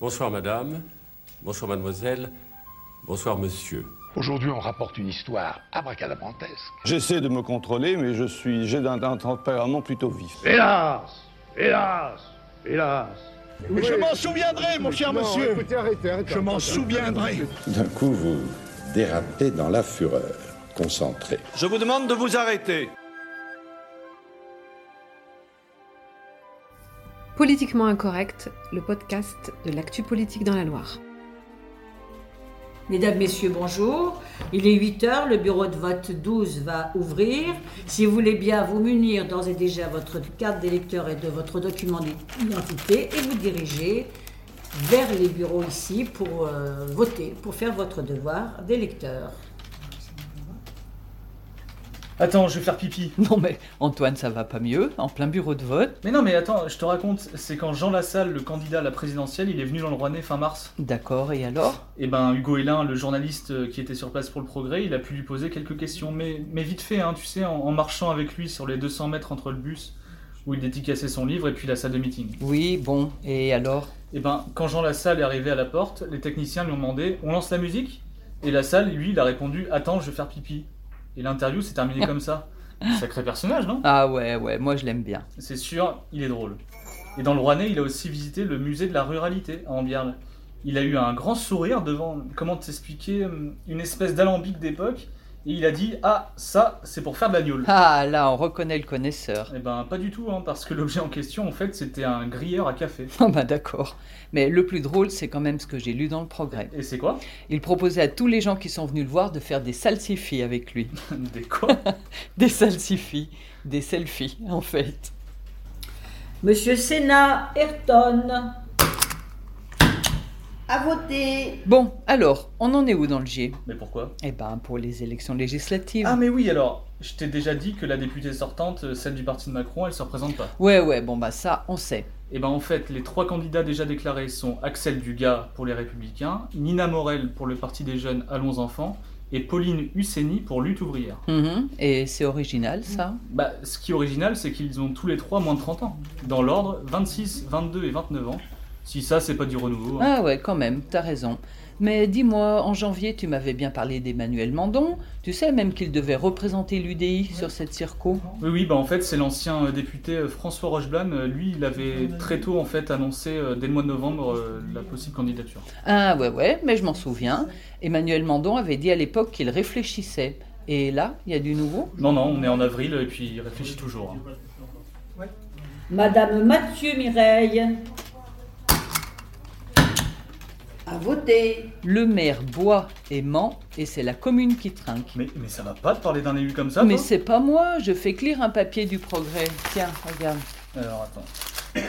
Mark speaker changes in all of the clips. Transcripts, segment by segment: Speaker 1: Bonsoir madame, bonsoir mademoiselle, bonsoir monsieur.
Speaker 2: Aujourd'hui, on rapporte une histoire abracadabrantesque.
Speaker 3: J'essaie de me contrôler, mais je suis, j'ai un, un tempérament plutôt vif.
Speaker 4: Hélas Hélas Hélas
Speaker 5: Mais je m'en souviendrai, mon cher monsieur Je m'en souviendrai
Speaker 6: D'un coup, vous dérapez dans la fureur, concentré.
Speaker 3: Je vous demande de vous arrêter.
Speaker 7: Politiquement incorrect, le podcast de l'actu politique dans la Loire.
Speaker 8: Mesdames, Messieurs, bonjour. Il est 8 heures, le bureau de vote 12 va ouvrir. Si vous voulez bien vous munir d'ores et déjà votre carte d'électeur et de votre document d'identité et vous diriger vers les bureaux ici pour euh, voter, pour faire votre devoir d'électeur.
Speaker 9: Attends, je vais faire pipi.
Speaker 10: Non mais Antoine, ça va pas mieux, en plein bureau de vote.
Speaker 9: Mais non, mais attends, je te raconte, c'est quand Jean Lassalle, le candidat à la présidentielle, il est venu dans le Rouennais fin mars.
Speaker 10: D'accord, et alors
Speaker 9: Et ben, Hugo Hélin, le journaliste euh, qui était sur place pour le progrès, il a pu lui poser quelques questions. Mais, mais vite fait, hein, tu sais, en, en marchant avec lui sur les 200 mètres entre le bus, où il dédicaçait son livre, et puis la salle de meeting.
Speaker 10: Oui, bon, et alors
Speaker 9: Et ben, quand Jean Lassalle est arrivé à la porte, les techniciens lui ont demandé On lance la musique Et Lassalle, lui, il a répondu Attends, je vais faire pipi. Et l'interview s'est terminée comme ça. Sacré personnage, non
Speaker 10: Ah ouais, ouais, moi je l'aime bien.
Speaker 9: C'est sûr, il est drôle. Et dans le Rouennais, il a aussi visité le musée de la ruralité à Ambiarle. Il a eu un grand sourire devant, comment t'expliquer, une espèce d'alambic d'époque. Et il a dit Ah, ça, c'est pour faire de la gnôle.
Speaker 10: Ah là, on reconnaît le connaisseur.
Speaker 9: Eh ben, pas du tout, hein, parce que l'objet en question, en fait, c'était un grilleur à café.
Speaker 10: Ah bah d'accord. Mais le plus drôle, c'est quand même ce que j'ai lu dans le progrès.
Speaker 9: Et c'est quoi
Speaker 10: Il proposait à tous les gens qui sont venus le voir de faire des salsifis avec lui.
Speaker 9: Des quoi
Speaker 10: des salsifis, des selfies, en fait.
Speaker 8: Monsieur Sénat, Ayrton, à voter.
Speaker 10: Bon, alors, on en est où dans le G
Speaker 9: Mais pourquoi
Speaker 10: Eh ben, pour les élections législatives.
Speaker 9: Ah, mais oui, alors, je t'ai déjà dit que la députée sortante, celle du parti de Macron, elle se représente pas.
Speaker 10: Ouais, ouais, bon bah ça, on sait.
Speaker 9: Et ben en fait, les trois candidats déjà déclarés sont Axel Dugas pour les Républicains, Nina Morel pour le Parti des Jeunes Allons Enfants, et Pauline Husseni pour Lutte Ouvrière.
Speaker 10: Mhm, Et c'est original, ça
Speaker 9: Bah, ce qui est original, c'est qu'ils ont tous les trois moins de 30 ans. Dans l'ordre, 26, 22 et 29 ans. Si ça, c'est pas du renouveau. hein.
Speaker 10: Ah ouais, quand même, t'as raison. Mais dis-moi, en janvier, tu m'avais bien parlé d'Emmanuel Mandon. Tu sais même qu'il devait représenter l'UDI sur cette circo.
Speaker 9: Oui, oui, bah en fait, c'est l'ancien euh, député euh, François Rocheblan. Euh, Lui, il avait très tôt en fait annoncé euh, dès le mois de novembre euh, la possible candidature.
Speaker 10: Ah ouais, ouais, mais je m'en souviens. Emmanuel Mandon avait dit à l'époque qu'il réfléchissait. Et là, il y a du nouveau
Speaker 9: Non, non, on est en avril et puis il réfléchit toujours. hein.
Speaker 8: Madame Mathieu Mireille, à voter.
Speaker 10: Le maire boit et ment, et c'est la commune qui trinque.
Speaker 9: Mais, mais ça va pas de parler d'un élu comme
Speaker 8: Ah
Speaker 9: ça
Speaker 10: mais
Speaker 9: toi
Speaker 10: c'est pas moi, je fais clire un papier du progrès. Tiens, regarde.
Speaker 9: Alors attends.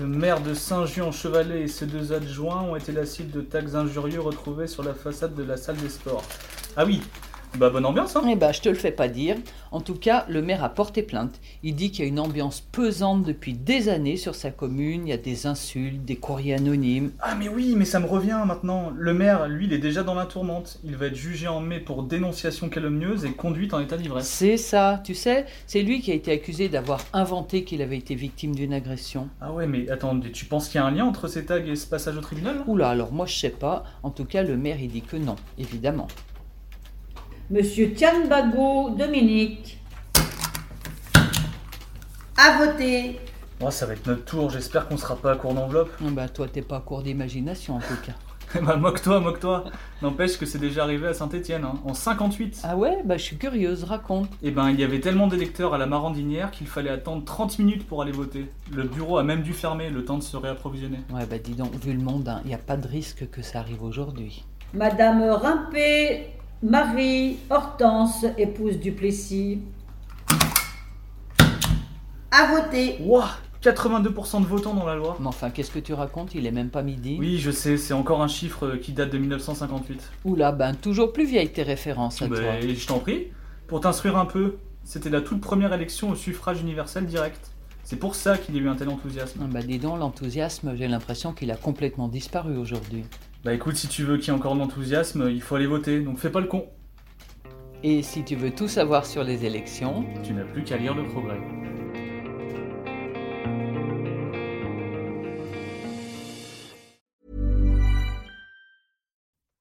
Speaker 9: Le maire de Saint-Jean-Chevalet et ses deux adjoints ont été la cible de tags injurieux retrouvés sur la façade de la salle des sports. Ah oui Bah bonne ambiance hein
Speaker 10: Eh ben, je te le fais pas dire. En tout cas, le maire a porté plainte. Il dit qu'il y a une ambiance pesante depuis des années sur sa commune. Il y a des insultes, des courriers anonymes.
Speaker 9: Ah mais oui, mais ça me revient maintenant. Le maire, lui, il est déjà dans la tourmente. Il va être jugé en mai pour dénonciation calomnieuse et conduite en état d'ivresse.
Speaker 10: C'est ça, tu sais, c'est lui qui a été accusé d'avoir inventé qu'il avait été victime d'une agression.
Speaker 9: Ah ouais, mais attends, tu penses qu'il y a un lien entre ces tags et ce passage au tribunal
Speaker 10: Oula, alors moi je sais pas. En tout cas, le maire il dit que non, évidemment.
Speaker 8: Monsieur Tianbago Dominique, à voter.
Speaker 9: Moi, Oh, ça va être notre tour, j'espère qu'on sera pas à court d'enveloppe.
Speaker 10: Ah bah toi t'es pas à court d'imagination en tout cas.
Speaker 9: bah moque-toi, moque-toi. N'empêche que c'est déjà arrivé à Saint-Étienne, hein, en 58.
Speaker 10: Ah ouais, bah je suis curieuse, raconte.
Speaker 9: Eh ben, il y avait tellement d'électeurs à la Marandinière qu'il fallait attendre 30 minutes pour aller voter. Le bureau a même dû fermer le temps de se réapprovisionner.
Speaker 10: Ouais bah dis donc, vu le monde, il n'y a pas de risque que ça arrive aujourd'hui.
Speaker 8: Madame Rimpé, Marie Hortense, épouse du Plessis, à voter.
Speaker 9: Wouah 82% de votants dans la Loire.
Speaker 10: Mais enfin, qu'est-ce que tu racontes Il est même pas midi.
Speaker 9: Oui, je sais, c'est encore un chiffre qui date de 1958.
Speaker 10: Oula, ben toujours plus vieille tes références à
Speaker 9: Ben,
Speaker 10: toi.
Speaker 9: je t'en prie, pour t'instruire un peu, c'était la toute première élection au suffrage universel direct. C'est pour ça qu'il y a eu un tel enthousiasme.
Speaker 10: Ah bah dis donc, l'enthousiasme, j'ai l'impression qu'il a complètement disparu aujourd'hui.
Speaker 9: Bah écoute, si tu veux qu'il y ait encore de l'enthousiasme, il faut aller voter, donc fais pas le con.
Speaker 10: Et si tu veux tout savoir sur les élections,
Speaker 9: Tu n'as plus qu'à lire le progrès.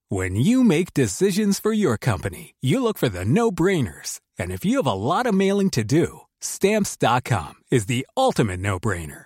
Speaker 11: When you make decisions for your company, you look for the no brainers. And if you have a lot of mailing to do, stamps.com is the ultimate no brainer.